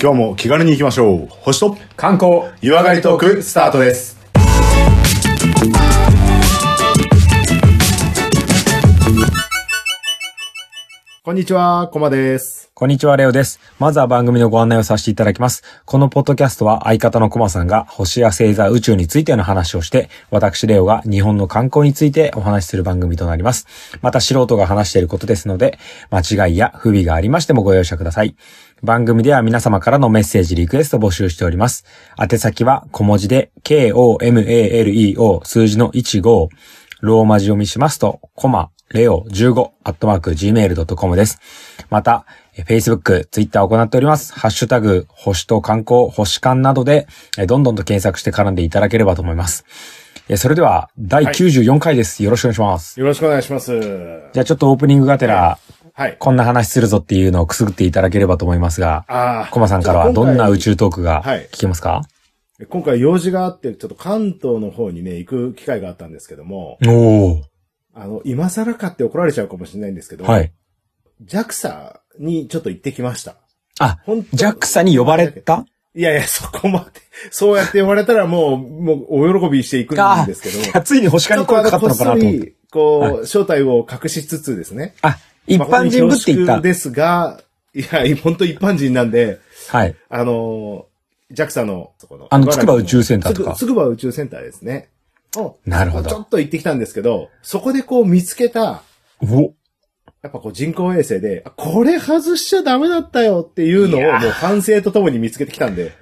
今日も気軽に行きましょう星と観光湯上がりトークスタートですこんにちはコマですこんにちは、レオです。まずは番組のご案内をさせていただきます。このポッドキャストは相方のコマさんが星や星座、宇宙についての話をして、私、レオが日本の観光についてお話しする番組となります。また素人が話していることですので、間違いや不備がありましてもご容赦ください。番組では皆様からのメッセージ、リクエストを募集しております。宛先は小文字で、K-O-M-A-L-E-O 数字の15、ローマ字読みしますと、コマ、レオ15、アットマーク、gmail.com です。また、え Facebook、Twitter を行っております。ハッシュタグ、星と観光、星間などで、えどんどんと検索して絡んでいただければと思います。えそれでは、第94回です。よろしくお願いします。よろしくお願いしますじゃあちょっとオープニングがてら、はいこんな話するぞっていうのをくすぐっていただければと思いますが、あーコマさんからちょはっとど今回んな宇宙トークがはい聞けますか、今回用事があってちょっと関東の方にね行く機会があったんですけどもおおあの今更かって怒られちゃうかもしれないんですけど、は、い。 JAXA にちょっと行ってきましたあ、本当ジャックさんに呼ばれたいやいや、そこまで、そうやって言われたらもう、もう、お喜びしていくんですけど、いやついに星間に声かかったのかなとちょっとあのこっそ思って。り、こう、正体を隠しつつですね。あ、一般人ぶって言っまあ本た当に恐縮。ですが、いや、本当一般人なんで、はい。あの、JAXA の、そこの。あの筑波宇宙センターとかつくつくば宇宙センターですね。をなるほどちょっと行ってきたんですけど、そこでこう見つけた、おやっぱこう人工衛星で、あこれ外しちゃダメだったよっていうのをいやーもう反省とともに見つけてきたんで、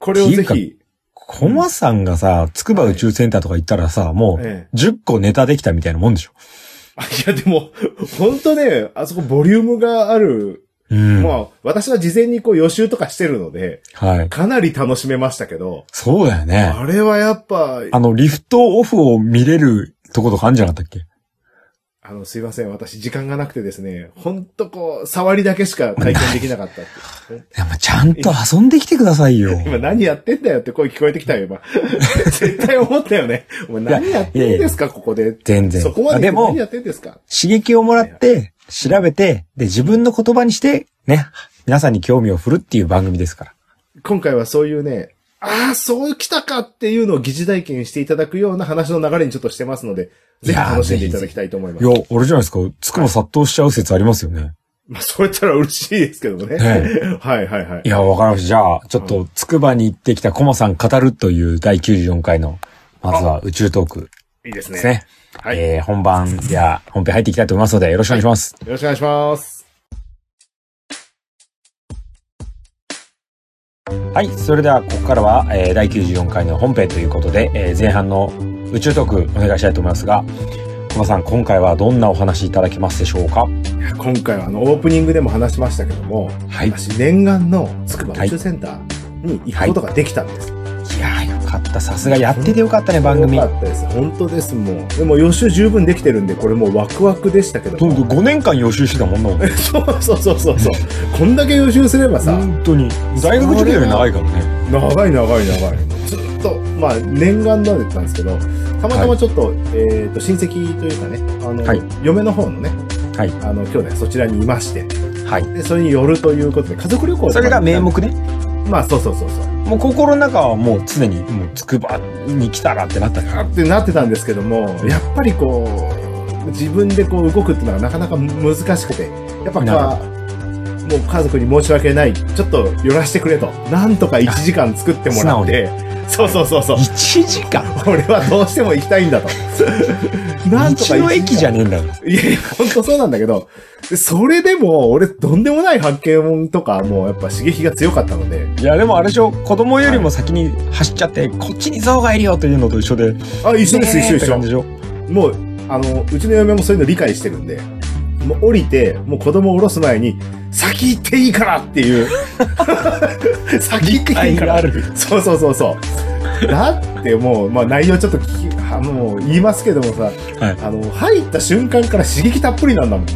これをぜっていひ、コマさんがさ、筑波宇宙センターとか行ったらさ、もえう、10個ネタできたみたいなもんでしょ。 あいや、でも、本当ね、あそこボリュームがある。うん。まあ、私は事前にこう予習とかしてるので、はい。かなり楽しめましたけど、そうだよね。あれはやっぱ、あの、リフトオフを見れるとことかあるんじゃなかったっけあの、すいません、私時間がなくてですね、ほんとこう、触りだけしか体験できなかったっていう。いや、まあ、ちゃんと遊んできてくださいよ。今何やってんだよって声聞こえてきたよ、 今。絶対思ったよね。お前何やってんですか、ここで。全然そこまであでも何やってんですか刺激をもらって、調べて、で、自分の言葉にして、ね、皆さんに興味を振るっていう番組ですから。今回はそういうね、ああ、そう来たかっていうのを疑似体験していただくような話の流れにちょっとしてますので、ぜひ楽しんでいただきたいと思います。いや、あれじゃないですか。つくも殺到しちゃう説ありますよね。まあ、そう言ったら嬉しいですけども ね。ねはいはいはいい。や、わかりました。じゃあ、ちょっと、つくばに行ってきたコマさん語るという第94回の、まずは宇宙トークいいですでね。すね。はいえー、本番、じゃあ、本編入っていきたいと思いますので、よろしくお願いします。よろしくお願いします。はい、それでは、ここからは、えー、第94回の本編ということで、えー、前半の宇宙トークお願いしたいと思いますが、コマさん、今回はどんなお話いただけますでしょうかいや今回はあの、オープニングでも話しましたけども、はい。い私、念願のつくば宇宙センターに行くことができたんです。やー、よかった。さすが、やっててよかったね、番組よ。かったです。本当です、もう。でも予習十分できてるんで、これもうワクワクでしたけども。 5年間予習してたもんな、俺 そうそうそうそうそう。こんだけ予習すればさ、本当に。大学時代より長いからね。長い長い長いずっとまあ念願なんだったんですけどたまたまちょっと,、えー、と親戚というかねあの、はい嫁の方のね、はいあの兄弟そちらにいましてはい。でそれによるということで家族旅行とかそれが名目ね。まあそうそうそうそうもう心の中はもう常に、もうつくばに来たらってなったから。ってなってたんですけどもやっぱりこう自分でこう動くっていうのがなかなか難しくてやっぱなまあもう家族に申し訳ないちょっと寄らせてくれとなんとか1時間作ってもらってそうそうそうそう1時間俺はどうしても行きたい んだと。なんとか道の駅じゃねねえんだから。いやいや、ほんとそうなんだけど、それでも、俺、とんでもない発見とか、もうやっぱ刺激が強かったので、いや、でもあれでしょ、子供よりも先に走っちゃって、こっちに象がいるよというのと一緒で。あ、一緒です、ねえ一緒って一緒感じ。でしょ。もう、あの、うちの嫁もそういうの理解してるんで、もう降りて、もう子供を降ろす前に、先行っていいからっていう。 先行っていいかがあら。る。そうそうそうそう。だってもう、まあ内容ちょっと聞き、あもう言いますけどもさ、あの、入った瞬間から刺激たっぷりなんだもん。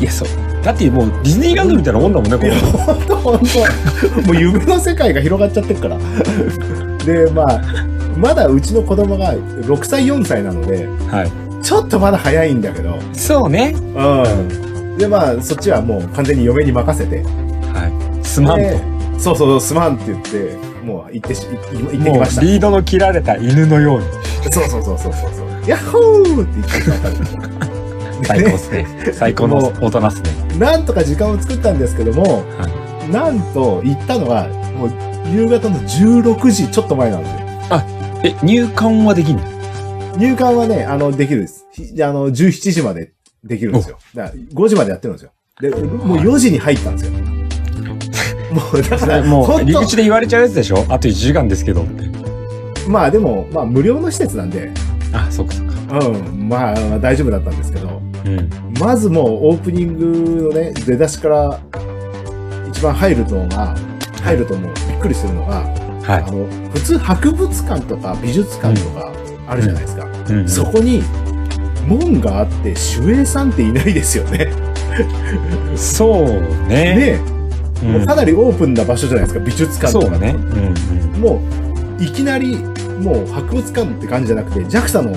いや、そう。だってもうディズニーランドみたいなもんだもんね、こいれや、。ほんとほんと。 もう夢の世界が広がっちゃってるから。 で、まあ、まだうちの子供が6歳、4歳なので、はい。ちょっとまだ早いんだけど、そうね。うん。で、まあ、そっちはもう完全に嫁に任せて。はい。すまんと。でそうそう、すまんって言って、もう行ってし、行行ってきもうました。リードの切られた犬のように。そうそうそうそうそうそう。ヤッホーって言ってきました。最高です ね。最高の大人ですね。なんとか時間を作ったんですけども、なんと行ったのは、もう夕方の16時ちょっと前なんですよ。え、入館はで きんの入館はね、あの、できるです。ひあの、17時までできるんですよ。だから5時までやってるんですよ。で、もう4時に入ったん ですよ。もう、だから、もう、本入り口当で言われちゃうやつでしょあと1時間ですけどって。まあでも、まあ無料の施設なんで、あ、そっかそっか。うん、まあまあ大丈夫だったんですけど、うん。まずもうオープニングのね、出だしから一番入るのが、入るともうびっくりするのが、はあの、普通博物館とか美術館とかあるじゃないですか。い。うんそこに門があって、守衛さんっていないですよね。そうね。で、うんかなりオープンな場所じゃないですか、美術館とそうか。ね。うんうん。もう、いきなり、もう博物館って感じじゃなくて、JAXA の、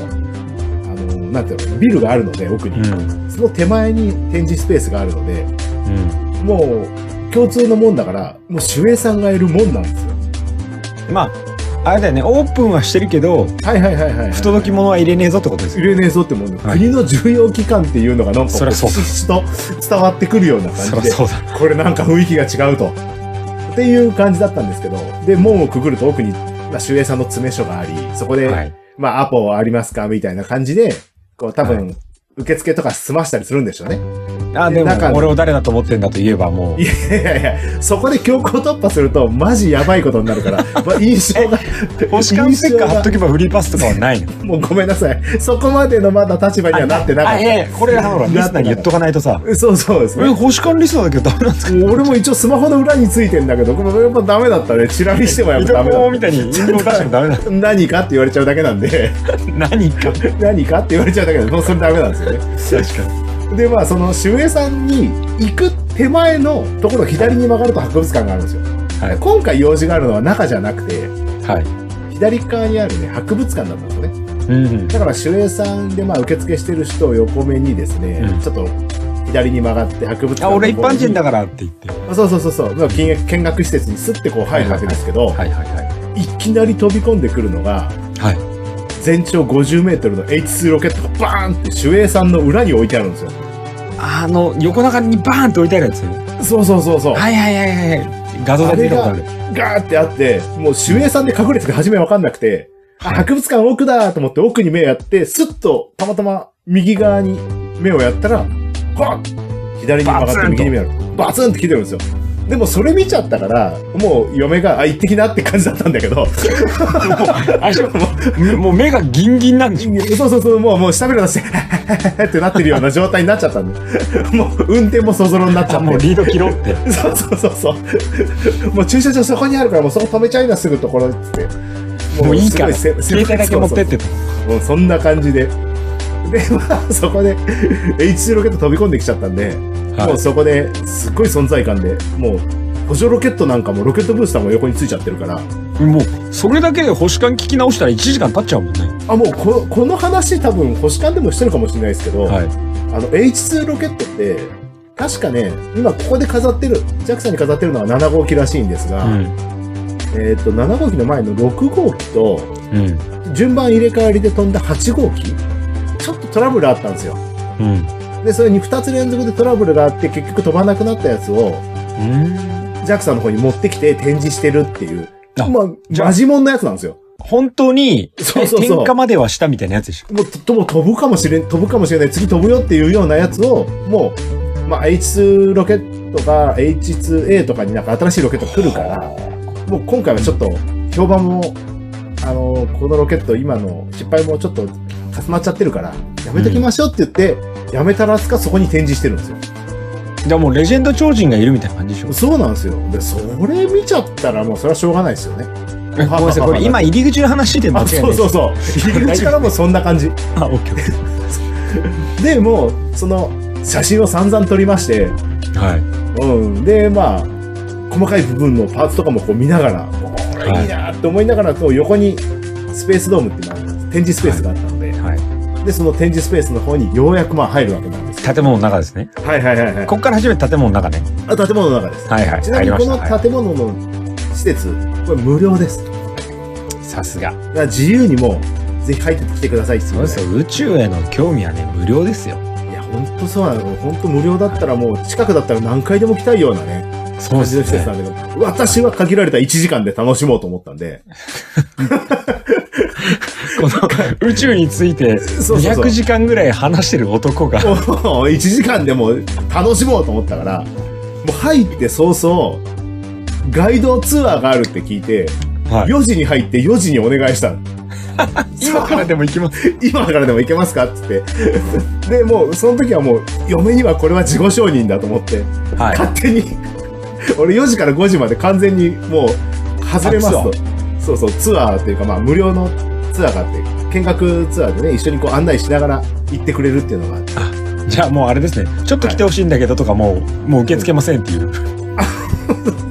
あの、なんていうの、ビルがあるので、奥に。うんその手前に展示スペースがあるので、うん。もう、共通のもんだから、もう守衛さんがいるもんなんですよ。まあ、あれだよね。オープンはしてるけど、はいはいはいはい、はい。不届き者は入れねえぞってことです入よ。れねえぞってもんで、はい国の重要機関っていうのがなんか、そりゃそうだひしひしと伝わってくるようなそ感りゃじで、そうだ。これなんか雰囲気が違うと。っていう感じだったんですけど、で、門をくぐると奥に、まあ、守衛さんの詰め所があり、そこで、はい。まあ、アポありますかみたいな感じで、こう、多分、受付とか済ましたりするんでしょうね。 あ、ででも中、の俺を誰だと思ってんだと言えばもうい、やいやいや、そこで強行突破すると、マジやばいことになるから、 まあ、印象が、星間ステッカー貼っとけばフリーパスとかはないの。もうごめんなさい。そこまでのまだ立場にはなってなかあ、っいやいや、これ、ほら、リスナーに言っとかないとさ、た。そうそうですえ、ね。星間リスナーだけどダメなんですかもう俺も一応スマホの裏についてんだけど、これやっぱダメだったね。チラ見してもやっ井ぱ戸ダメもだみたいに陰謀出して もダメな何かって言われちゃうだけなんで、 の。何か。確何かって言われちゃうだけなんで、もうそれダメなんですよね。かに。でまあその守衛さんに行く手前のところ左に曲がると博物館があるんですよ、はい今回用事があるのは中じゃなくてはい。左側にあるね博物館だったんですよねうん。だから守衛さんでまあ受付してる人を横目にですね、うんちょっと左に曲がって博物館あ、俺一般人だかからって言って。はらそうそうそうそうまあ見学見学施設にスッてこう入るわけですけど、いはいはいいきなり飛び込んでくるのが。はい。全長50メートルの H2 ロケットがバーンって守衛さんの裏に置いてあるんですよあの、横中にバーンと置いてあるやつ。はそうそうそうそう、いはいはいはい。画像で見たことある。ガーってあって、もう守衛さんで隠れてて初めわかんなくて、あはい博物館奥だと思って奥に目やって、スッとたまたま右側に目をやったら、バン左に曲がって右に目やる。バツンって来てるんですよ。でもそれ見ちゃったから、もう嫁が、あ、行ってきなって感じだったんだけ ど、あれでももう目がギンギンなんでしょそうそうそう、もう、もう下べるのして、って なってるような状態になっちゃったんで、もう運転もそぞろになっちゃあっもてう。リード切ろうって。そうそうそう そう。もう駐車場そこにあるから、もうそこ止めちゃいな、すぐところっつって。もういいから、すご携せ帯だけ持ってっそてと。うそうもうそんな感じで。で、まあ、そこで、H2 ロケット飛び込んできちゃったんで、はもいうそこですっごい存在感で、もう、補助ロケットなんかもロケットブースターも横についちゃってるから、もう、それだけで星間聞き直したら1時間経っちゃうもんね。あ、もうこ、この話多分、星間でもしてるかもしれないですけど、はい。あの、H2 ロケットって、確かね、今ここで飾ってる、JAXA に飾ってるのは7号機らしいんですが、うえっ、と、7号機の前の6号機と、ん。うん。順番入れ替わりで飛んだ8号機ちょっとトラブルあったんですよ。うん。で、それに2つ連続でトラブルがあって、結局飛ばなくなったやつを、うん。 JAXA の方に持ってきて展示してるっていう。あまあ、じゃあマジモンのやつなんですよ。本当に、そうそうそうえ天下まではしたみたいなやつでしょ。もう、ともう飛ぶかもしれん、飛ぶかもしれない、次飛ぶよっていうようなやつを、もう、まあ、H2 ロケットが H2A とかになんか新しいロケット来るから、もう今回はちょっと、評判も、あの、このロケット、今の失敗もちょっと重なっちゃってるから、やめときましょうって言って、やめたらすかそこに展示してるんですよ。じゃあもうレジェンド超人がいるみたいな感じでしょ。そうなんですよ。で、それ見ちゃったらもうそれはしょうがないですよね。えごめんなさい、これ今入り口の話で間違あ、いなそいうそうそう。 入り口からもうそんな感じ。あ、オッケーオッケで、もう、その、写真を散々撮りまして、ー。はい。うん。で、まあ、細かい部分のパーツとかもこう見ながら、これいいなって思いながら、こう横にスペースドームっていうのがあるんです展示スペースがあったので、はで、その展示スペースの方にようやくまあ入るわけなんですけい。建物の中ですね。ど。はいはいはいはい。ここから初めて建物の中ね。あ建物の中です。はいはい。ちな入みりにまこした。はいの建物の施設、これ無料です。だかさすが。ら自由にもう、ぜひ入ってきてくださいってそうですよ。宇宙への興味はね、無料ですよ。いや、ほんとそうなの。ほんと無料だったらもう、近くだったら何回でも来たいようなね、そ感うでじの施す設なね。んだけど、私は限られた1時間で楽しもうと思ったんで、この宇宙についてそうそうそう200時間ぐらい話してる男が。もう1時間でも楽しもうと思ったから、もう入って早々、ガイドツアーがあるって聞いて、はい。 4時に入って4時にお願いしたの。 今からでも行きます。今からでも行けますかっつって。で、もう、その時はもう、嫁にはこれは自己承認だと思って、はい。勝手に、俺4時から5時まで完全にもう、外れますあと。そうそう、ツアーっていうか、まあ、無料のツアーがあって、見学ツアーでね、一緒にこう案内しながら行ってくれるっていうのがあって、じゃあもうあれですね。ちょっと来てほしいんだけどとかもう、もう受け付けませんっていう。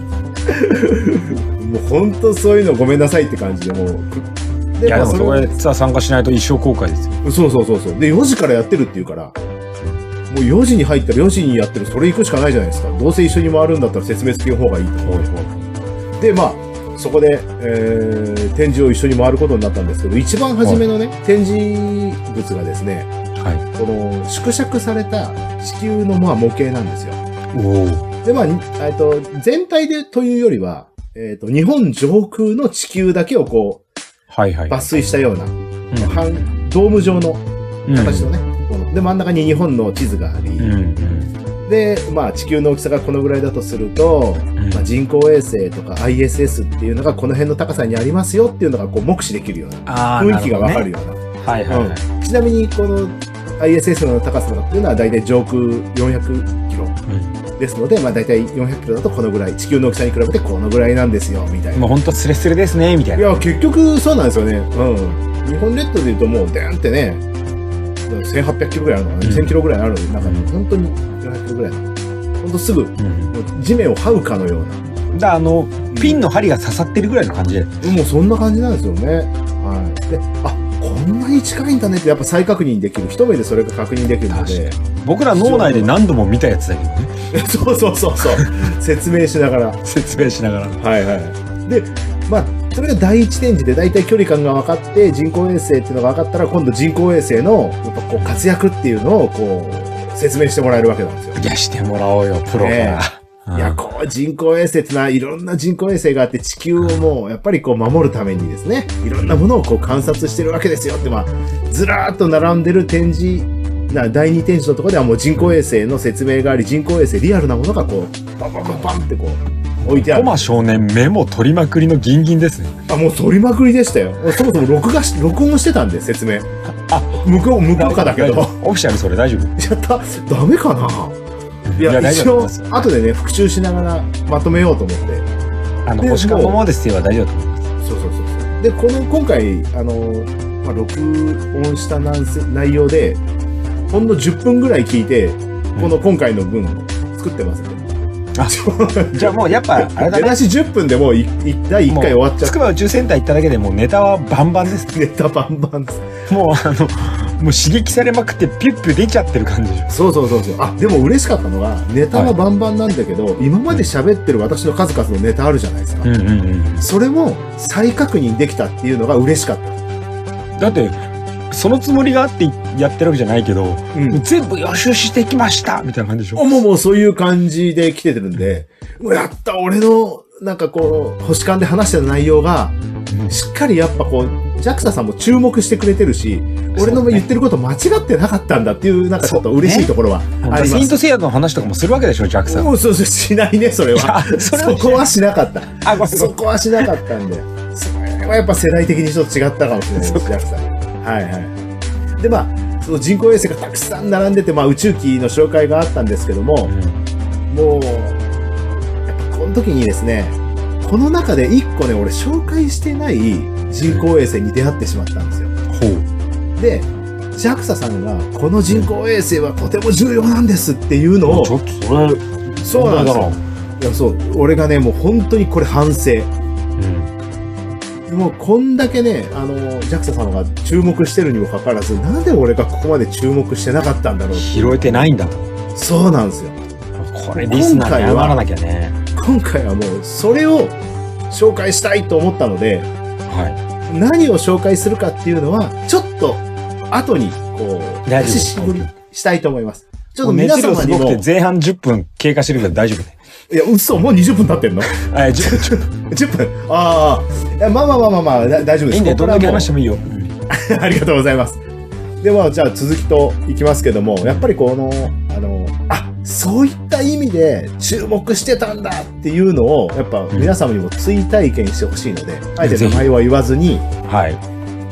もう本当そういうのごめんなさいって感じで、もう、いやでもそれこでツアー参加しないと一生後悔ですよ。そうそうそうそう。で、4時からやってるっていうから、もう4時に入ったら4時にやってる、それ行くしかないじゃないですか。どうせ一緒に回るんだったら説明付ける方がいいと思う。で、まあ、そこで、えー展示を一緒に回ることになったんですけど、一番初めのね、展示物がですね、はこの縮尺された地球のまあ模型なんですよ。い。おお。で、まあに、えっと、全体でというよりは、えっ、と、日本上空の地球だけをこはいはう、い。抜粋したような、うん半ドーム状のうん形のね、もので真ん中に日本の地図があり、うんうん。で、まあ、地球の大きさがこのぐらいだとすると、んまあ、人工衛星とか ISS っていうのがこの辺の高さにありますよっていうのがこう目視できるようなあー雰囲気がわかるなようなほどねはいはいはい。ちなみにこの ISS の高さとかっていうのは大体上空400キロですので、まあ、大体400キロだとこのぐらい地球の大きさに比べてこのぐらいなんですよみたいなもう本当スレスレですねみたいいな。や、結局そうなんですよね。うん。日本列島で言うともう、でんってね、1800キロぐらいあるのかな、うん1000キロぐらいあるので、なんか、うん本当に400キロぐらい。本当すぐ、もうん。う地面を這うかのような。だあのんピンの針が刺さってるぐらいの感じで。もうそんな感じなんですよね。はい。で、あ、こんなに近いんだねって、やっぱ再確認できる。一目でそれが確認できるので。僕ら脳内で何度も見たやつだけどね。 そうそうそうそう。説明しながら。説明しながら。はいはい。で、まあ、それが第一展示で大体距離感が分かって、人工衛星っていうのが分かったら、今度人工衛星の、やっぱこう、活躍っていうのを、こう、説明してもらえるわけなんですよ。いやしてもらおうよプロからね。うんいや、こう、人工衛星ってのはいろんな人工衛星があって、地球をもう、やっぱりこう、守るためにですね、いろんなものをこう、観察してるわけですよって、まあ、ずらーっと並んでる展示、な第二展示のところではもう人工衛星の説明があり、人工衛星リアルなものがこう、パンパンパンパンってこう、置いてあコる。マ少年メモ取りまくりのギンギンですね。あ、もう撮りまくりでしたよ。そもそも録画し、録音してたんで、説明。あ、向こう、向こうかだけど。大丈や夫オフィシャルそれ大丈夫。った、ダメかないいや、大一丈夫応だと思います、よ後でね、復習しながらまとめようと思って。あので星間ものうままですよは大丈夫だと思います。そうそうそうそう。で、この、今回、あの、まあ、録音したなんせ内容で、ほんの10分ぐらい聞いて、この今回の分、作ってますんで。あちょじゃあもうやっぱあれだ出ね。だし10分でもういい第1回終わっちゃつってくば宇宙センター行っただけでもうネタはバンバンです。、ネタバンバンですもうあのもう刺激されまくってピュッピュ出ちゃってる感じでしょ。そうそうそうそう。あ、でも嬉しかったのが、ネタはバンバンなんだけど、今まで喋ってる私の数々のネタあるじゃないですか。うんうんうん。それも再確認できたっていうのが嬉しかった。だってそのつもりがあってやってるわけじゃないけど、うん。全部予習してきましたみたいな感じでしょもうもうそういう感じで来ててるんで、うわやった、俺の、なんかこう、星間で話してた内容が、しっかりやっぱこう、JAXA さんも注目してくれてるし、俺の言ってること間違ってなかったんだっていう、なんかちょっと嬉しいところはありセまインすト。セイヤの話とかもするわけでしょジャクさん。もうそうそう、しないね、それは。あそれそはこはしなかった。あごめんごそめんこはしなかったんで、それはやっぱ世代的にちょっと違ったかもしれないです、ジャックさん。はいはい。で、まあ、その人工衛星がたくさん並んでて、まあ、宇宙機の紹介があったんですけども、もう、やっぱこの時にですね、この中で一個ね、俺紹介してない人工衛星に出会ってしまったんですよ。ほで、JAXA さんが、この人工衛星はとても重要なんですっていうのをう。、ょっとそれそうなんですよ。いや、そう。俺がね、もう本当にこれ反省。もうこんだけね、あの、JAXA 様が注目してるにもかかわらず、なんで俺がここまで注目してなかったんだろうっていう拾えてないんだと。そうなんですよ。これリスナーに謝らなきゃね。今回はもう、それを紹介したいと思ったので、は何を紹介するかっていうのは、ちょっっと後に、こう、大丈夫足しぶりしたいと思います。ちい。ょっと熱皆量様すにごくも、てい前半10分経過してるけど大丈夫ね。や、嘘、もう20分経ってんのあ、10分、10 ?10 分ああ、いやまあまあまあまあまあ、だ大丈夫で分。す。いいんだよ。どこんれはだけもう話してもいいよ。 ありがとうございます。では、じゃあ続きといきますけども、やっぱりこの、あの、あ、そういった意味で注目してたんだっていうのを、やっぱ皆様にも追体験してほしいので、あえて名前は言わずに、はい。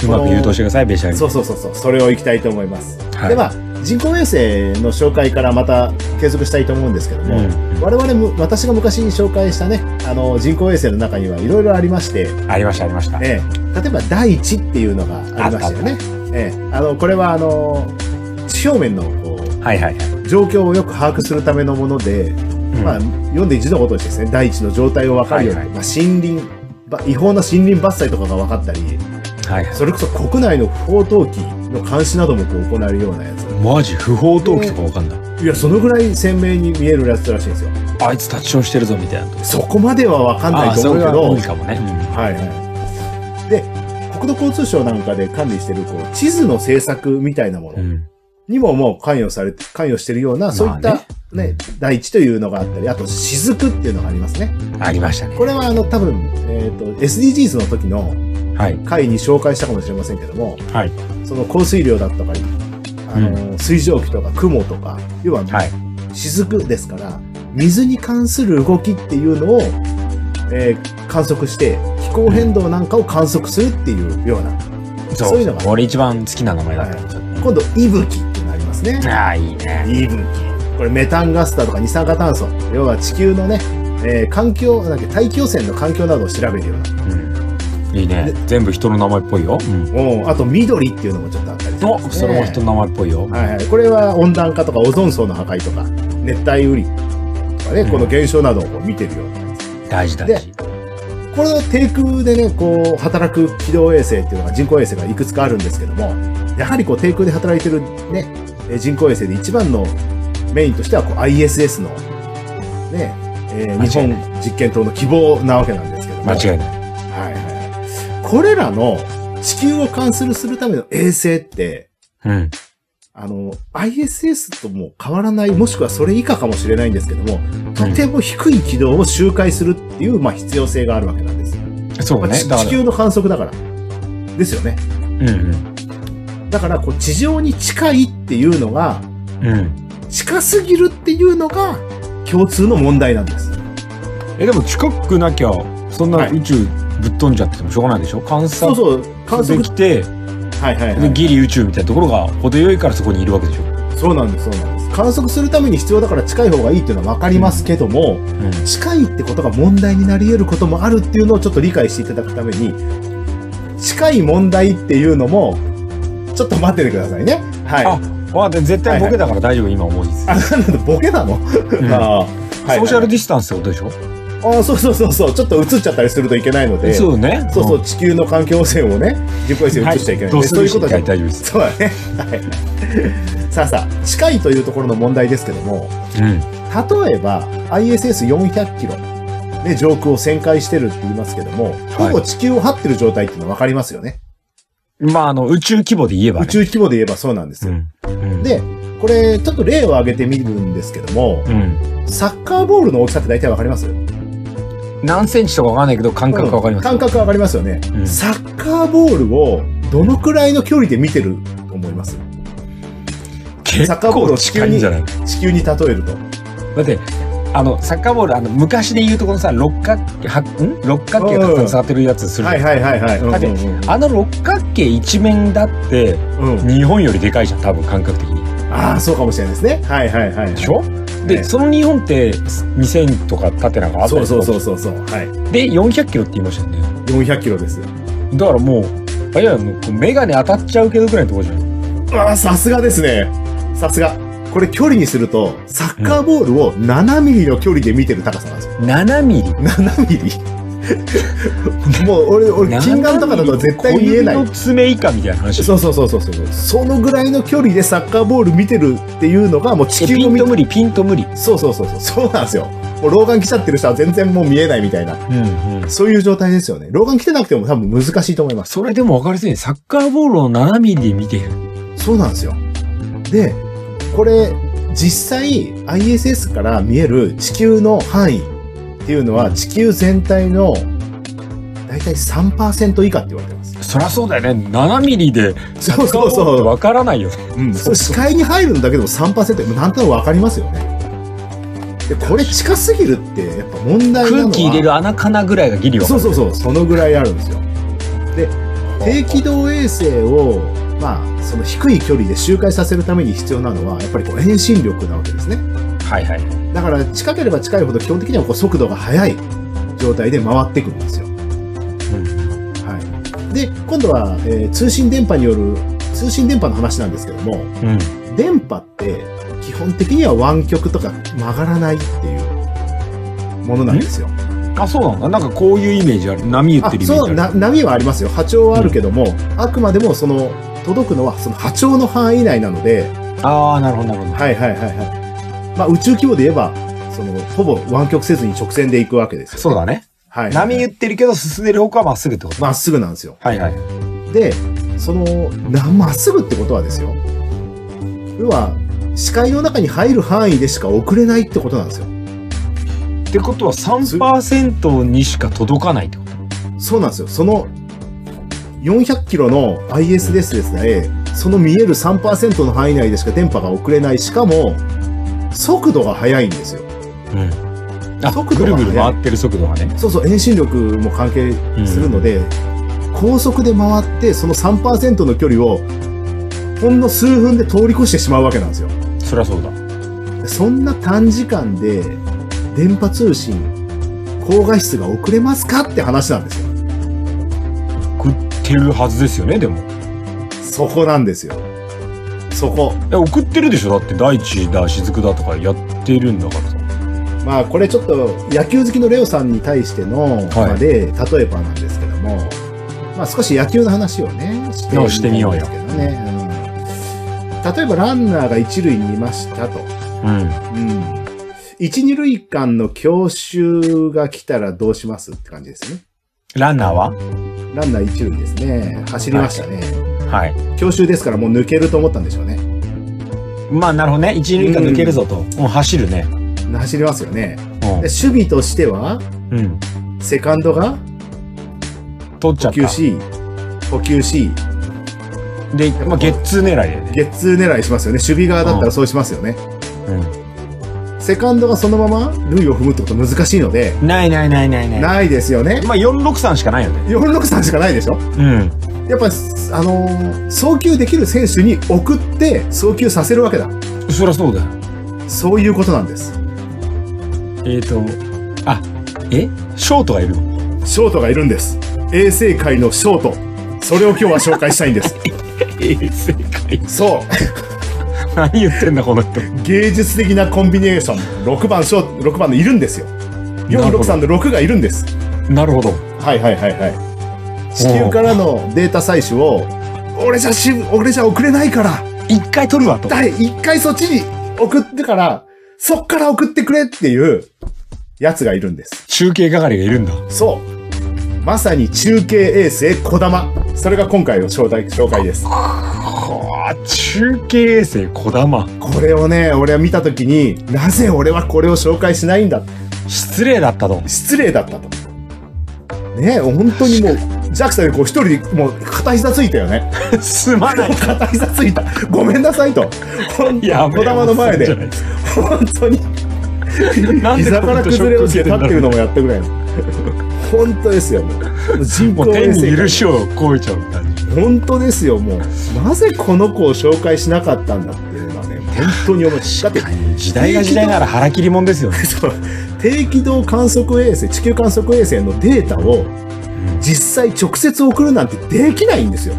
うまく誘導してください、ベシャリ。そうそうそうそう、それをいきたいと思います。はいで、まあ、人工衛星の紹介からまた継続したいと思うんですけども、うん。我々も、私が昔紹介したね、あの、人工衛星の中にはいろいろありまして、ありました、ありました。ええ、例えば第一っていうのがありましたよあね。ええ、あのこれはあの地表面のこはいはいはう状況をよく把握するためのもので、い。まあ、読んで一度ごとにですね第一の状態を分かるように、はいはいまあ、森林ば違法な森林伐採とかが分かったりはいはい。それこそ国内の不法投棄の監視などもこう行えるようなやつマジ不法投棄とかわかんない。いやそのぐらい鮮明に見えるやつらしいんですよあいつ立ちションしてるぞみたいなとそこまでは分かんないあと思うけそれはど無理かもね、はいはい。で、国土交通省なんかで管理してる、こう、地図の制作みたいなもうのんにももう関与されて、関与してるような、そういったまね、大地というのがあったり、あと、雫っていうのがありますね。うんありましたねこれは、あの、多分、えっ、と、SDGs の時のはい回に紹介したかもしれませんけども、はいその降水量だったり、あの、水蒸気とか雲とか、要は、はい雫ですから、水に関する動きっていうのを、えー観測して、気候変動なんかを観測するっていうような、そうそういうのが俺一番好きな名前だったんですよ、今度、息吹ってなりますね。ああいいね息吹。これ、メタンガスだとか二酸化炭素、要は地球のね、えー環境、なんだっけ、大気汚染の環境などを調べるような。うんいいねで全部人の名前っぽいよ、うん、おうあと、緑っていうのもちょっとあったりするんおですねそれも人の名前っぽいよ、はいはい。これは温暖化とかオゾン層の破壊とか、熱帯雨林とかね、うんこの現象などをこう見てるような。大事大事この低空でね、こう、働く軌道衛星っていうのが人工衛星がいくつかあるんですけども、やはりこう、低空で働いてるね、えー人工衛星で一番のメインとしては、こう、ISS の、ね、えー間日違い本ない実験棟の希望なわけなんですけども。間違いないはいはい。これらの地球を観測するための衛星って、うんあの、ISS とも変わらない、もしくはそれ以下かもしれないんですけども、とても低い軌道を周回するっていう、まあ、必要性があるわけなんですよ。そうまあねちだか地ら球の観測だから。ですよね。うんうんだから、こう、地上に近いっていうのが、うん近すぎるっていうのが、共通の問題なんです。えでも近くなきゃそんなはい宇宙ぶっ飛んじゃっててもしょうがないでしょ観そう察そう、観で測、きてはいはい、はでい。ギリ宇宙みたいなところが程よいからそこにいるわけでしょ、そうなんです、そうなんです。観測するために必要だから近い方がいいっていうのはわかりますけども、うん、近いってことが問題になり得ることもあるっていうのをちょっと理解していただくために、近い問題っていうのも、ちょっと待っててくださいね。はい。あわかった絶対ボケだから大丈夫、今思いつつあ、なんだ、ボケなの、うんああ、はいソーシャルディスタンスってことでしょ、ああそうそうそうそうちょっと映っちゃったりするといけないのでそうね。そうそううん。地球の環境汚染をね人工衛星には映い。しちゃいけないどのうで、すそういるうこと大で丈夫です。そうだねはいさあさあ近いというところの問題ですけどもうん。例えば ISS400 キロね、上空を旋回してるって言いますけども、ほぼ地球を張ってる状態っていうのは分かりますよね。まあ、あの、宇宙規模で言えばね。宇宙規模で言えばそうなんですうよ。ん。うん。で、これ、ちょっと例を挙げてみるんですけども、うん。サッカーボールの大きさって大体分かります何センチとかわかんないけど、感覚わかります。感覚わかりますよね、うんサッカーボールをどのくらいの距離で見てると思います結サッカーボール構を地球近にいんじゃない地球に例えると。だって、あの、サッカーボール、あの、昔で言うとこのさ、六角形、はん六角形がたくさん触ってるやつするはじゃんいはいはいはい。うんだってうんあの六角形一面だって、うんうん日本よりでかいじゃん、多分感覚的に。ああ、そうかもしれないですね。はいはいはい。でしょで、ねその日本って2000とか縦なんかあったそうり。そうそううそうそう。はい。で、400キロって言いましたよね。 400キロです。だからもう、あいや、もうメガネ当たっちゃうけどぐらいのところじゃん。ああ、さすがですね。さすが。これ距離にすると、サッカーボールを7ミリの距離で見てる高さなんですよ。 7ミリ。 7ミリ もう俺、俺、金眼とかだと絶対見えない小指。の爪以下みたいな話。そうそうそうそうそう。そのぐらいの距離でサッカーボール見てるっていうのがもう地えピ球をン見とて無理、ピンと無理。そうそうそうそう。そうなんですよ。もう老眼来ちゃってる人は全然もう見えないみたいな、うんうん。そういう状態ですよね。老眼来てなくても多分難しいと思います。それでも分かりやすいね。サッカーボールを7ミリで見ている。そうなんですよ。で、これ、実際 ISS から見える地球の範囲っていうのは地球全体の大体3%以下って言われてます。そりゃそうだよね。7ミリでサッそカーうそうボールってそう。分からないよね。うんそれ視界に入るんだけでも3%もうなんとなくわかりますよね。で、これ近すぎるってやっぱ問題なのは空気入れる穴かなぐらいがギリ分かそうる。そうそう、そのぐらいあるんですよ。で、低軌道衛星を、まあ、その低い距離で周回させるために必要なのは、やっぱりこう遠心力なわけですね。はいはい。だから、近ければ近いほど基本的にはこう速度が速い状態で回っていくんですよ。はい。で、今度は、えー通信電波による、通信電波の話なんですけども、うん。うん。電波って基本的には湾曲とか曲がらないっていうものなんですよ。あ、そうなんだ。なんかこういうイメージある。波打っあてるイメーそジうある。な波はありますよ波長はあるけども、あくまでもその届くのはその波長の範囲内なのでああ、なるほど、なるほど。はいはいはいはい、まあ、宇宙規模で言えばそのほぼ湾曲せずに直線で行くわけですよ、そうだね。はいはいはい波打ってるけど進んでる方向はまっすぐってことまっすぐなんですよはいはい。でそのなまっすぐってことはですよ要は視界の中に入る範囲でしか送れないってことなんですよってことは3%にしか届かないってことそうなんですよその400キロの ISDS ですね、その見える3%の範囲内でしか電波が送れない、しかも速度が速いんですよ。うん。あ、速ぐ度るがぐる回ってる速度がね。そうそう、遠心力も関係するので、高速で回って、その3%の距離をほんの数分で通り越してしまうわけなんですよ。そりゃそうだ。そんな短時間で電波通信、高画質が遅れますかって話なんですよ。食ってるはずですよね、でも。そこなんですよ。そこ。え、送ってるでしょだって、大地だ、雫だとかやってるんだからさ。まあこれちょっと野球好きのレオさんに対しての、まあで例えばなんですけども、まあ、少し野球の話をねしてをしてみようよみたいんですけどね、うん例えばランナーが一塁にいましたと、ううん。ん、一二塁間の強襲が来たらどうしますって感じですねランナーはランナー一塁ですね走りましたね、はい。強襲ですからもう抜けると思ったんでしょうねまあ、なるほどね。一塁間抜けるぞと。もう走るね。走りますよねでう守備としてはん。うん。セカンドが取っち補ゃっ給た。し補給しで、まあ、ゲッツー狙いだよね。ゲッツー狙いしますよね。守備側だったらそうしますよね。うセカンドがそのまま塁を踏むってこと難しいので、ん。ないないないないない。ないですよね。まあ、463しかないよね。 463しかないでしょうん。やっぱ、あのー送球できる選手に送って送球させるわけだ。そりゃそうだよ。そういうことなんです。えーと、あ、えショートがいるのショートがいるんです。衛生界のショート。それを今 日は紹介したいんです。え正解。そ 何言ってんだ、この人。う。芸術的なコンビネーション。6番ショート、6番のいるんですよ。なるほ463の6がいるんです。ど。なるほど。はいはいはいはい。地球からのデータ採取を、俺じゃし、俺じゃ送れないから、一回取るわと。第一回そっちに送ってから、そっから送ってくれっていうやつがいるんです。中継係がいるんだ。そう。まさに中継衛星こだま。それが今回の紹介紹介です。はあ、中継衛星こだま。これをね、俺は見たときに、なぜ俺はこれを紹介しないんだ。失礼だったと。失礼だったと。ねえ、本当にもう、JAXA でこう一人でもう片膝ついたよね。すまない。片膝ついた。ごめんなさいと。本当べえ児玉の前そでうじゃ、ないす本当になんで膝から崩れ落ちて立ってるのもやったぐらいの。本当ですよ、もう。人 も工う衛天に星許しを超えちゃう感じ。本当ですよ、もう。なぜこの子を紹介しなかったんだっていうのはね、本当に思う。だって、時代が時代なら腹切りもんですよね。そう低軌道観測衛星、地球観測衛星のデータを実際直接送るなんてできないんですよ。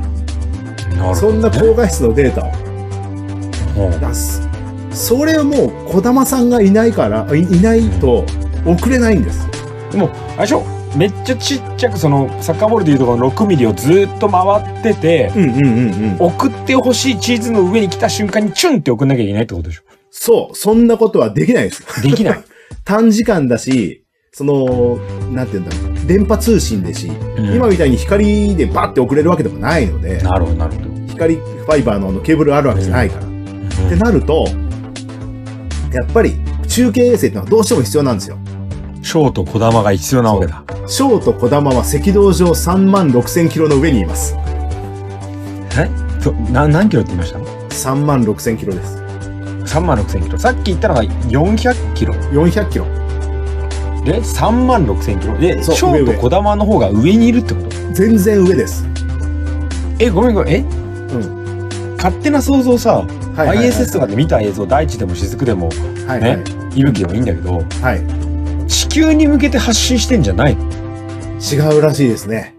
なるそんな高画質のデータを。ほど。出す。それをもう児玉さんがいないから、いいないと送れないんです。でも、あれでしょめっちゃちっちゃくそのサッカーボールでいうとこの6ミリをずーっと回ってて、うんうんうんうん。送ってほしいチーズの上に来た瞬間にチュンって送んなきゃいけないってことでしょそう、そんなことはできないです。できない。 短時間だし、その、なんて言うんだろう、電波通信でし、うん今みたいに光でバッて送れるわけでもないので、なるほど、なるほど。光ファイバーのあのケーブルあるわけじゃないから。ってなると、やっぱり中継衛星ってのはどうしても必要なんですよ。ショーと小玉が必要なわけだ。ショーと小玉は赤道上3万6000キロの上にいます。えとな何キロって言いました3万6000キロです。 3万6千キロさっき言ったのが400キロ400キロ。で3万6千キロでそうショー上と上小玉の方が上にいるってこと全然上です。えごめんごめんえうん。勝手な想像さ、はいはいはい ISS とかで見た映像大地でも雫でもはい、ね息吹でもいいんだけどはい。は地球に向けて発信してんじゃないのい。違うらしいですね。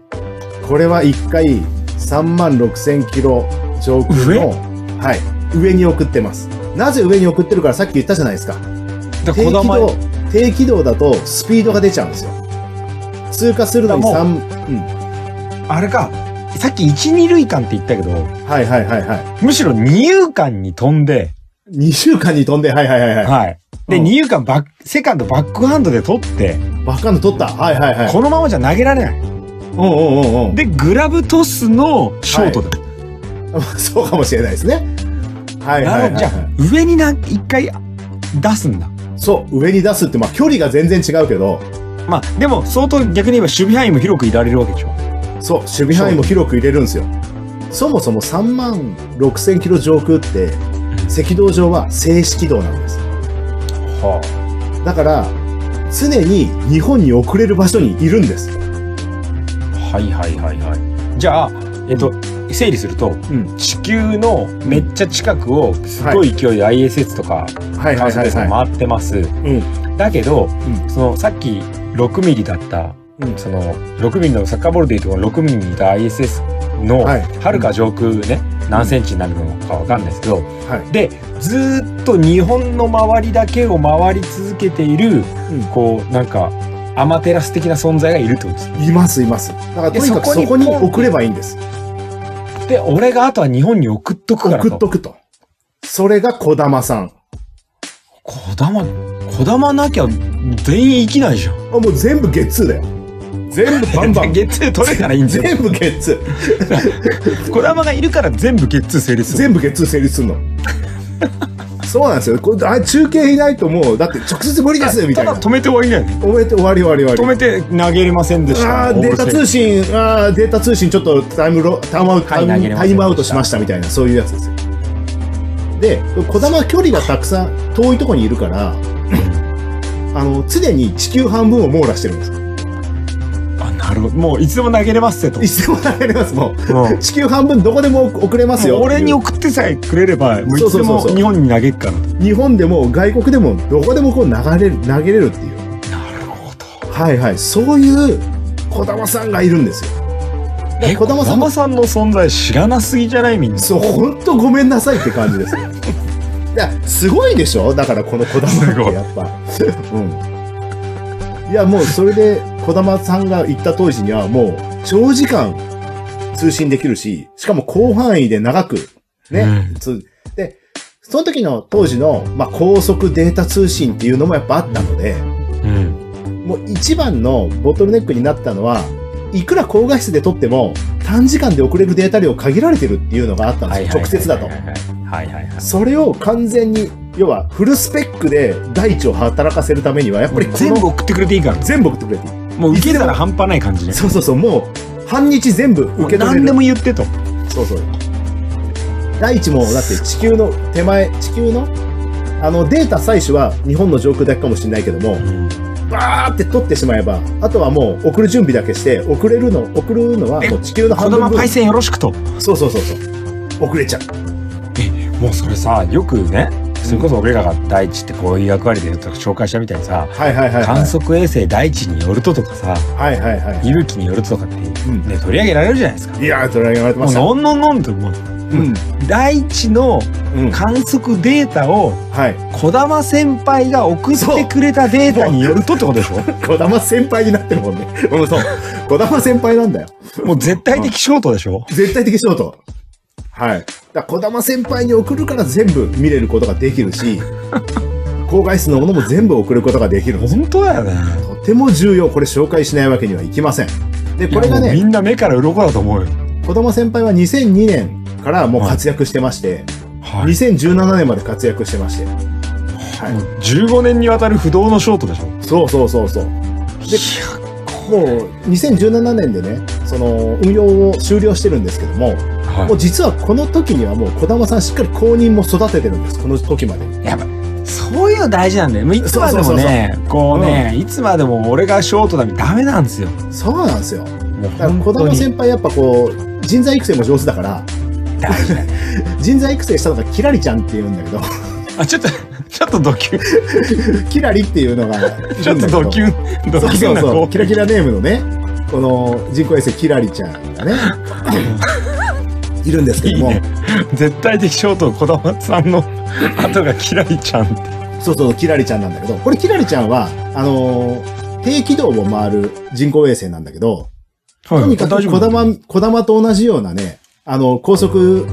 これは1回3万6000キロ上空の、はい。上に送ってます。なぜ上に送ってるからさっき言ったじゃないですか。だから低小軌玉道、低軌道だとスピードが出ちゃうんですよ。通過するのにあもう3、うん。あれかさっき12類間って言ったけどはいはいはいはい。むしろ二遊間に飛んで2週間に飛んで、はいはいはいはい。はいで、うん二遊間バックセカンドバックハンドで取って、バッカンド取った。はいはいはい。このままじゃ投げられないうんうんうんうん。でグラブトスのショートだ、 そうかもしれないですね。はいはいはい、なるほはどじゃあ上にな一回出すんだい。そう、上に出すって、まあ距離が全然違うけど、まあでも相当逆に言えば守備範囲も広くいられるわけでしょそう、守備範囲も広く入れるんですよ。そもそも3万6000キロ上空って、赤道上は静止軌道なんです。はだから、常に日本に遅れる場所にいるんです。あはいはいはいはいじゃあえっと整理するとうん。地球のめっちゃ近くをすごい勢いで ISS とかはいはいは観測い船はい。回ってます、うん。だけど、んそのさっき6ミリだったうん。その6ミリのサッカーボールでいうとこの6ミリにいた ISS のはいはるか上空ね、何センチになるのかわかんないですけど、はでずーっと日本の周りだけを回り続けているこうなんかアマテラス的な存在がいるってことですいますいます。だからとにかくでそそここにに送ればいいんです。で俺があとは日本に送っとくから送っととくと。それが小玉さん。こだまこだまなきゃ全員生きないじゃんあもう全部ゲッツーだよ。全部バン バン。ゲッツー取れたらいいんです よ全部ゲッツー。こだまがいるから全部ゲッツー成立する全部ゲッツー成立す るの。そうなんですよ。これあ中継いないともう、だって直接無理ですみたたいな。だ止めて終わりだよ ね終えて終わり終わり終止わり。めて投げれませんでしたああー、データ通信、ああ、データ通信ちょっとタイムロ、タイムアウト、はい投げれませんでしたタイムアウトしましたみたいな、そういうやつですよ。で、小玉は距離がたくさん、遠いところにいるから、あの、常に地球半分を網羅してるんですよ。あなるほどもういつでも投げれますってといつでも投げれます、も う。うん地球半分どこでも送れますよ。俺に送ってさえくれればもういつでそうそうもそうそう日本に投げっから日本でも外国でもどこでもこう流れる、投げれるっていう。なるほどはいはい。そういう小玉さんがいるんですよ。え小玉さん小玉さんの存在知らなすぎじゃないみんなそう、ほんとごめんなさいって感じ ですよ。いや、すごいでしょだからこの小玉すごっいてやっぱ。うん。いや、もうそれで小玉さんが言った当時にはもう長時間通信できるし、しかも広範囲で長くね、うんつで、その時の当時の、まあ、高速データ通信っていうのもやっぱあったので、うんもう一番のボトルネックになったのは、いくら高画質で撮っても短時間で送れるデータ量限られてるっていうのがあったんですよ、直接だとはい。はいはいはいそれを完全に、要はフルスペックで大地を働かせるためには、やっぱりこの全部送ってくれていいから全部送ってくれていもう受けたら半端ない感じねい。そうそうそう、もう半日全部受け取れる。何でも言ってとそうそう。大地も、だって地球の手前、地球の、あの、データ採取は日本の上空だけかもしれないけども、バーって取ってしまえば、あとはもう送る準備だけして、送れるの、送るのはもう地球の小半分玉分パイセンよろしくとそうそうそうそう。遅れちゃう。もうそれさよくねそれこそ俺らが大地ってこういう役割でとか紹介したみたいにさはいはいはい、は観い。測衛星大地によるととかさはいはいはい。息吹によるととかってうんね取り上げられるじゃないですかいやー、取り上げられてまもしうた。のんのんのんともううん。大地のうん。観測データをはい。小玉先輩が送ってくれたデータによるとってことでしょ小玉先輩になってるもんね。うん、そう。小玉先輩なんだよ。もう絶対的ショートでしょ絶対的ショート。はい。だから小玉先輩に送るから全部見れることができるし、郊外室のものも全部送ることができるんですよ本当だよね。とても重要これ紹介しないわけにはいきませんでこれがいやもうみねんな目から鱗だと思うよ。子供先輩は2002年からもう活躍してまして、はい。 2017年まで活躍してまして、もうは15年にわたる不動のショートでしょ。い、そうそうそうそうでもう2017年でねその運用を終了してるんですけどもはもう実はこの時にはもう児玉さんしっかり公認も育ててるんですこの時までい。やっぱそういうの大事なんだよ。もういつまでもそうそうね、こうね、いつまでも俺がショートだみダメなんですよ。そうなんですよもうだから児本当玉に先輩やっぱこう人材育成も上手だから大事だよ。 人材育成したのがキラリちゃんっていうんだけど あちょっとちょっとドキュン、キラリっていうのがいるんだけどちょっとドキュン、ドキそうそュンうなそこう。 キラキラネームのね、この人工衛星キラリちゃんがね、 いるんですう。けいいども、ね。絶対的ショート小玉さんの後がキラリちゃんって。そうそう、キラリちゃんなんだけど、これキラリちゃんは、あのー低軌道を回る人工衛星なんだけど、とにかく小玉、小玉と同じようなね、あの、高速、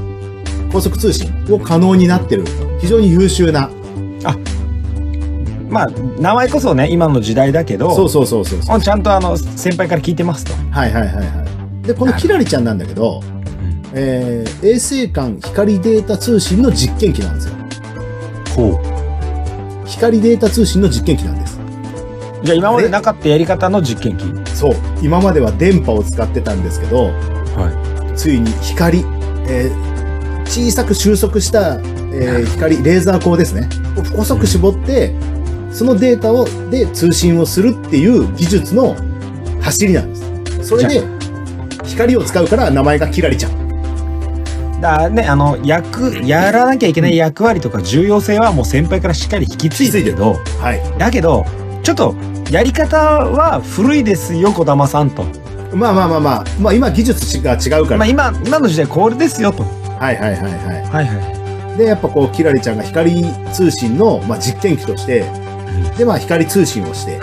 高速通信を可能になってる、非常に優秀な、まあ名前こそね今の時代だけど、そうそうそうそうそう、あちゃんとあの先輩から聞いてますと。はいはいはいはい。で、このキラリちゃんなんだけど、えー衛星間光データ通信の実験機なんですよ。ほ光データ通信の実験機なんです。う。じゃあ今までなかったやり方の実験機。そう今までは電波を使ってたんですけどはついに光、えー小さく収束した、えー光レーザー光ですねを細く絞ってそのデータをで通信をするっていう技術の走りなんですそれで光を使うから名前がキラリちゃんい。だからねあの役やらなきゃいけない役割とか重要性はもう先輩からしっかり引き継いでるけど、はいだけどちょっとやり方は古いですよ小玉さんと。まあまあまあまあまあ今技術が違うから、まあ今今の時代これですよと。はいはいはいははいはい。いでやっぱこうキラリちゃんが光通信の、まあ、実験機としてで、まあ、光通信をして、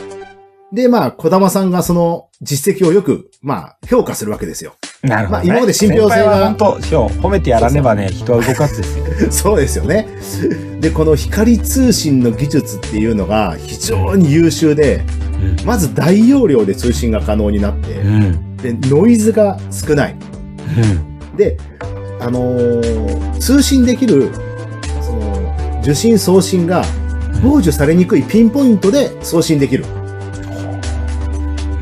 で、まあ、小玉さんがその実績をよく、まあ、評価するわけですよ。 なるほど、ね。まあ今まで信憑性が先輩は本当今日褒めてやらねばね人は動かずですよ。そうですよね。で、この光通信の技術っていうのが非常に優秀で、まず大容量で通信が可能になっうて、んうん。で、ノイズが少ない。うんで、あのー通信できる、その、受信送信が傍受されにくいピンポイントで送信できる。なん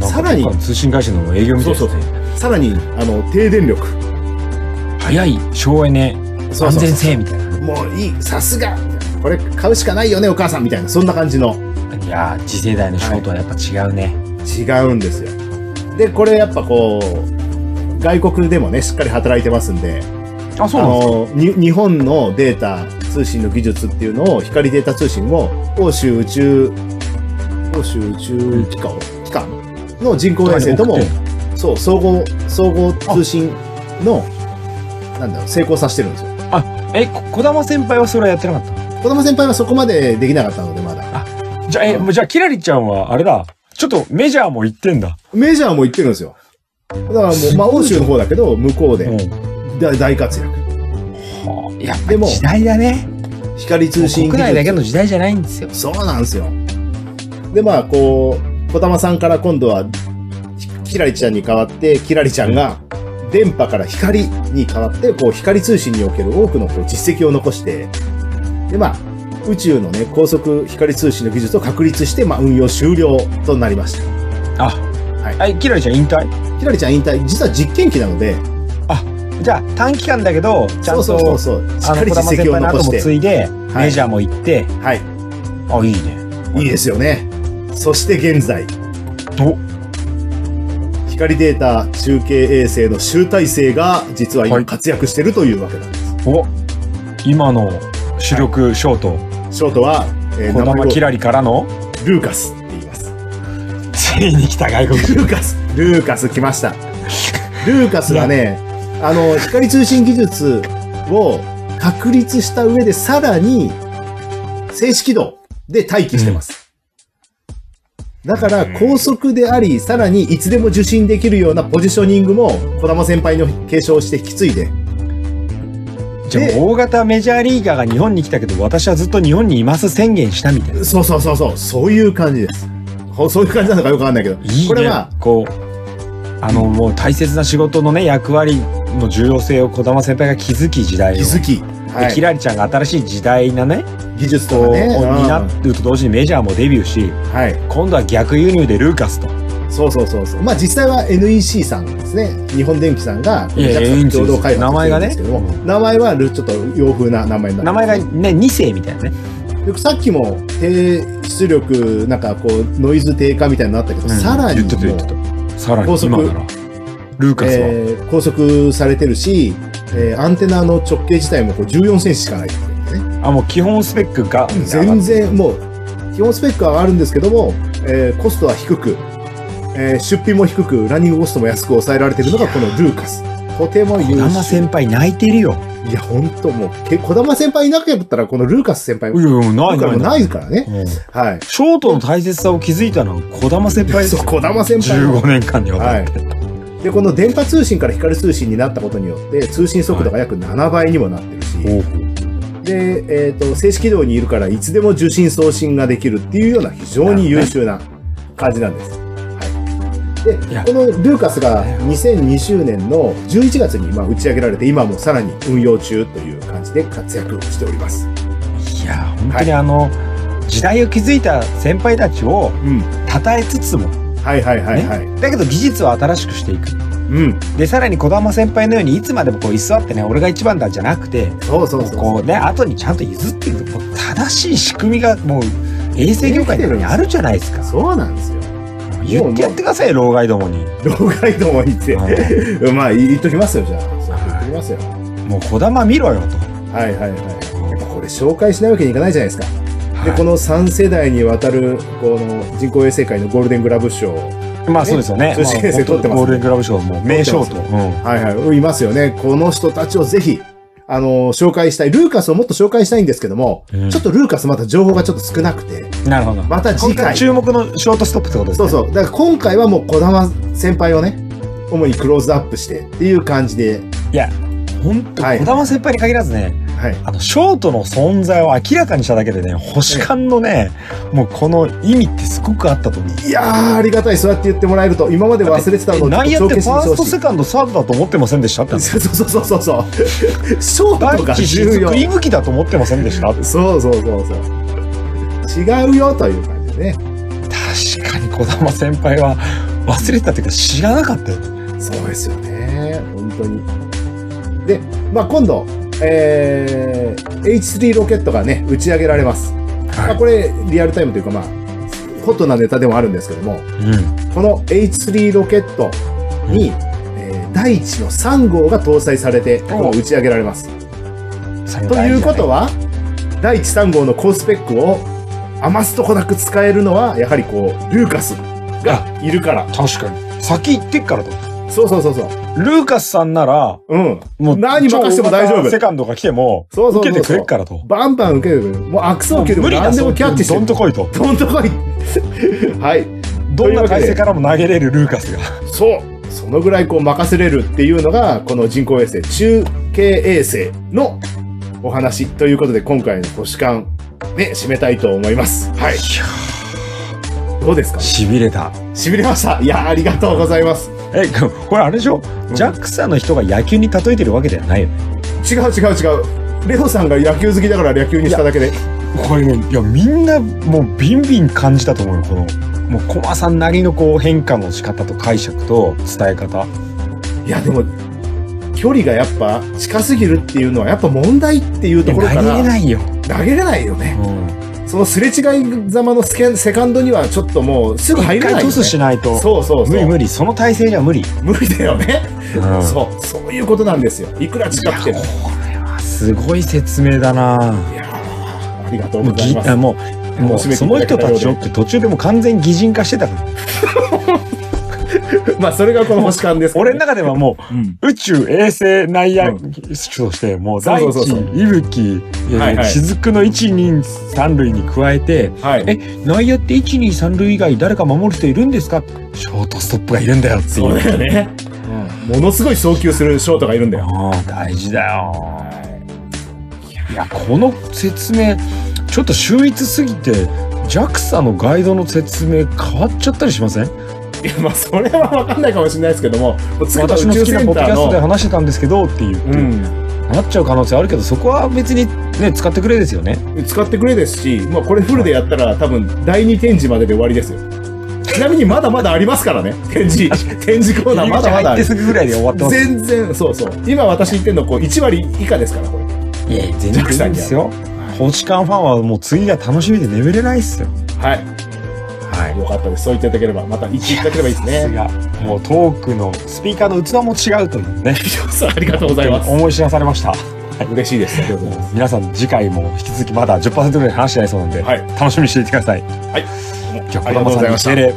かさらにどっかの通信会社の営業みたいですねそうさらに、あの、低電力。早い省エネそうそ安うそう全性みたいなもういい、さすがこれ買うしかないよね、お母さんみたいな、そんな感じの。いやー次世代のショートはやっぱ違うね、違うんですよ。で、これやっぱこう、外国でもね、しっかり働いてますんで、ああの、に日本のデータ通信の技術っていうのを、光データ通信を、欧州宇宙、欧州宇宙機関、機関の人工衛星とも、そう、総合、総合通信の、なんだろう、成功させてるんですよ。えこ小玉先輩はそれはやってなかっ子供先輩はそこまでできなかったので、まだ。たじゃあえもうじゃあキラリちゃんはあれだちょっとメジャーも行ってんだ、メジャーも行ってるんですよ。だからも、すごいうまあ、欧州の方だけど、向こううんで大大活躍。はあ、やっぱでも時代だね光も通う信国技内だけ術。の時代じゃないんですよそうなんですよ。で、まあ、こう、小玉さんから今度は、きキラリちゃんに代わって、キラリちゃんが、電波から光に変わって、こう、光通信における多くのこう実績を残して、で、まあ、宇宙のね、高速光通信の技術を確立して、まあ、運用終了となりました。あいはい、キラリちゃん引退キラリちゃん引退、実は実験機なので、じゃあ短期間だけどちゃんとそうそうそうそう、しっかあのり小玉実先績を輩の残後しもて継、いで、はいメジャーも行ってはい。あいいねいいですよね。そして現在、お光データ中継衛星の集大成が実はは今い活躍してるというわけなんです。お今の主力ショート、ショートは、えー小名前玉をキラリからのルーカスって言います。ついに来た外国人ルーカス、ルーカス来ました。ルーカスがね、あの、光通信技術を確立した上でさらに静止軌道で待機してます。だから高速であり、さらにいつでも受信できるようなポジショニングも児玉先輩の継承して引き継いで、 じゃあで大型メジャーリーガーが日本に来たけど私はずっと日本にいます宣言したみたいな。そうそうそうそう、そういう感じです。ほそういう感じなのかよくわかんないけど。いいね。これは、こう、あの、もう大切な仕事のね、役割の重要性を児玉先輩が気づき時代を。気づき。はでキい。ラリちゃんが新しい時代なね、技術とこかう、ね。をうん担うと同時にメジャーもデビューし、はい。今度は逆輸入でルーカスと。そうそうそうそう。まあ実際は NEC さんですね。日本電機さんが、いやいや JAXA と共同開発名前がねしてるんですけども、名前はルちょっと洋風な名前にな名前がね、2世みたいなね。よくさっきも低出力、なんかこう、ノイズ低下みたいになったけど、さらに言ってたも言うってた。さらに高速今なら、ルーカスは、えー拘束されてるし、えーアンテナの直径自体もこう14センチしかないっていうね。あ、もう基本スペックが、全然もう、基本スペックは上がるんですけども、えーコストは低く、えー出費も低く、ランニングコストも安く抑えられてるのがこのルーカス。とても優児玉秀先。輩泣いてるよ。いや、ほんともう、け小玉先輩いなかったら、このルーカス先輩、いやいや、ない僕ならいもな。ないいからね。うんはい。ショートの大切さを気づいたのは児玉先輩ですそう、小玉先輩。 15年間にわたって。はい。で、この電波通信から光通信になったことによって、通信速度が約7倍にもなってるし、おうで、えっ、と、静止軌道にいるから、いつでも受信送信ができるっていうような非常に優秀な感じなんです。いはやい。で、このルーカスが2020年の11月にまあ打ち上げられて、今もさらに運用中という感じで活躍をしております。いや、本当にあの、時代を築いた先輩たちうをん。称えつつも、はいはいはいはい。だけど技術は新しくしていく。うん。で、さらに児玉先輩のようにいつまでもこう居座ってね、俺が一番だじゃなくて、そうそうそうこうね、後にちゃんと譲っていく。もう正しい仕組みがもう、衛生業界の中にあるじゃないですか。そうなんですよ。言ってやってください、老害どもに。老害どもにって、まあ言っときますよ、じゃあ。そうはい言っときますよ。もう児玉見ろよと。はいはいはい。やっぱこれ紹介しないわけにいかないじゃないですか。で、こはの3世代にわたる、この人工衛生界のゴールデングラブ賞。はいまあそうですよね。通信衛星撮ってますねまあゴールデングラブ賞も名賞と。撮っうんいはい、いますよね。この人たちをぜひ、あの、紹介したい。ルーカスをもっと紹介したいんですけども、うんちょっとルーカスまた情報がちょっと少なくて、なるほど。また次回。注目のショートストップってことですそね。うそう。だから今回はもう小玉先輩をね、主にクローズアップしてっていう感じで、いや、本当はい児玉先輩に限らずね、はい。あの、ショートの存在を明らかにしただけでね、星間のね、もうこの意味ってすごくあったと思う。いやー、ありがたい。そうやって言ってもらえると、今まで忘れてたのをちょっ内と野帳っ消しにてファーしてほスト、しセカンド、サードだと思ってませんでしたってい。。そうそうそうそうそう。ショー第トが一重要雫。息吹だと思ってませんでした確そうそうそうそう。違うよという感じでね。かに児玉先輩は忘れてたっていうか知らなかったよ。そうですよね。本当に。で、まあ今度、えー、H3 ロケットがね、打ち上げられます。まあこれ、リアルタイムというかまあ、ホットなネタでもあるんですけども、うん。この H3 ロケットに、えー第一の3号が搭載されて、こう打ち上げられます。ということは、は、第一3号の高スペックを余すとこなく使えるのは、やはりこう、ルーカスがいるから。確かに。先行ってっからと。そうそうそうそう。ルーカスさんなら、うん。もう、何任せても大丈夫超大型セカンドが来ても、そうそうそうそう受けてくれっからと。バンバン受ける。もう悪送球でも無理だ何でもキャッチしてどんとる。こいと。どんとこい。 はい。どんな体とい勢うわからも投げれるルーカスが。けでそう。そのぐらいこう任せれるっていうのが、この人工衛星、中継衛星のお話ということで、今回の星間、ね、締めたいと思います。はい。どうですかしびれた。痺れました。いや、ありがとうございます。え、これあれでしょ ?JAXA の人が野球に例えてるわけではないよね。違う違う違うレオさんが野球好きだから野球にしただけでこれね、いや、みんなもうビンビン感じたと思うよ、この。もう、コマさんなりのこう変化の仕方と解釈と伝え方。いやでも距離がやっぱ近すぎるっていうのはやっぱ問題っていうところから投げれないよ。投げれないよねうん。そのすれ違いざまのスケセカンドにはちょっともうすぐ入一れな回いよ、トね、スしないと。そうそうそう無理無理。その体勢じゃ無理。無理だよね、うんそうそういうことなんですよいくら近くてもいやこれはすごい説明だないやーありがとうもうございぎますあもうもう楽しめてそいたのだけた人ようでたちをって途中でもう完全に擬人化してたからまあそれがこの星間ですから俺ね、の中ではもうんう宇宙衛星内野う手としてもうそう大そうそう地そう伊吹えーはいはい雫の123塁に加えてはいえ内野って123塁以外誰か守る人いるんですかショートストップがいるんだよっていそううだよね、うんものすごい送球するショートがいるんだよあー大事だよはいやこの説明ちょっと秀逸すぎて JAXA のガイドの説明変わっちゃったりしませんいや、まあ、それは分かんないかもしれないですけども、もう次私の好きなポッドキャストで話してたんですけどっていう、うなっちゃう可能性あるけどそこは別にね使ってくれですよねん、使ってくれですし、まあ、これフルでやったら、多分第2展示までで終わりですよ。ちなみに、まだまだありますから ね、展示、展示コーナー、まだまだあ入り口入っる。てすぐぐらいで終わってます全然、そうそう。今私言ってんの、こう、1割以下ですから、これ。いや全然いいんですよ星間ファンはもう次が楽しみで眠れないっすよはい。はいよかったです。そう言っていただければ、また言っていただければいいですね。さすがもうトークのスピーカーの器も違うというねそうありがとうございます。思い知らされました嬉しいです。ありがとうございます。皆さん次回も引き続きまだ10%ぐらい話してないそうなんで、はい楽しみにしていてくださいはい。じゃああ児りがとうご玉さざいんまにした敬礼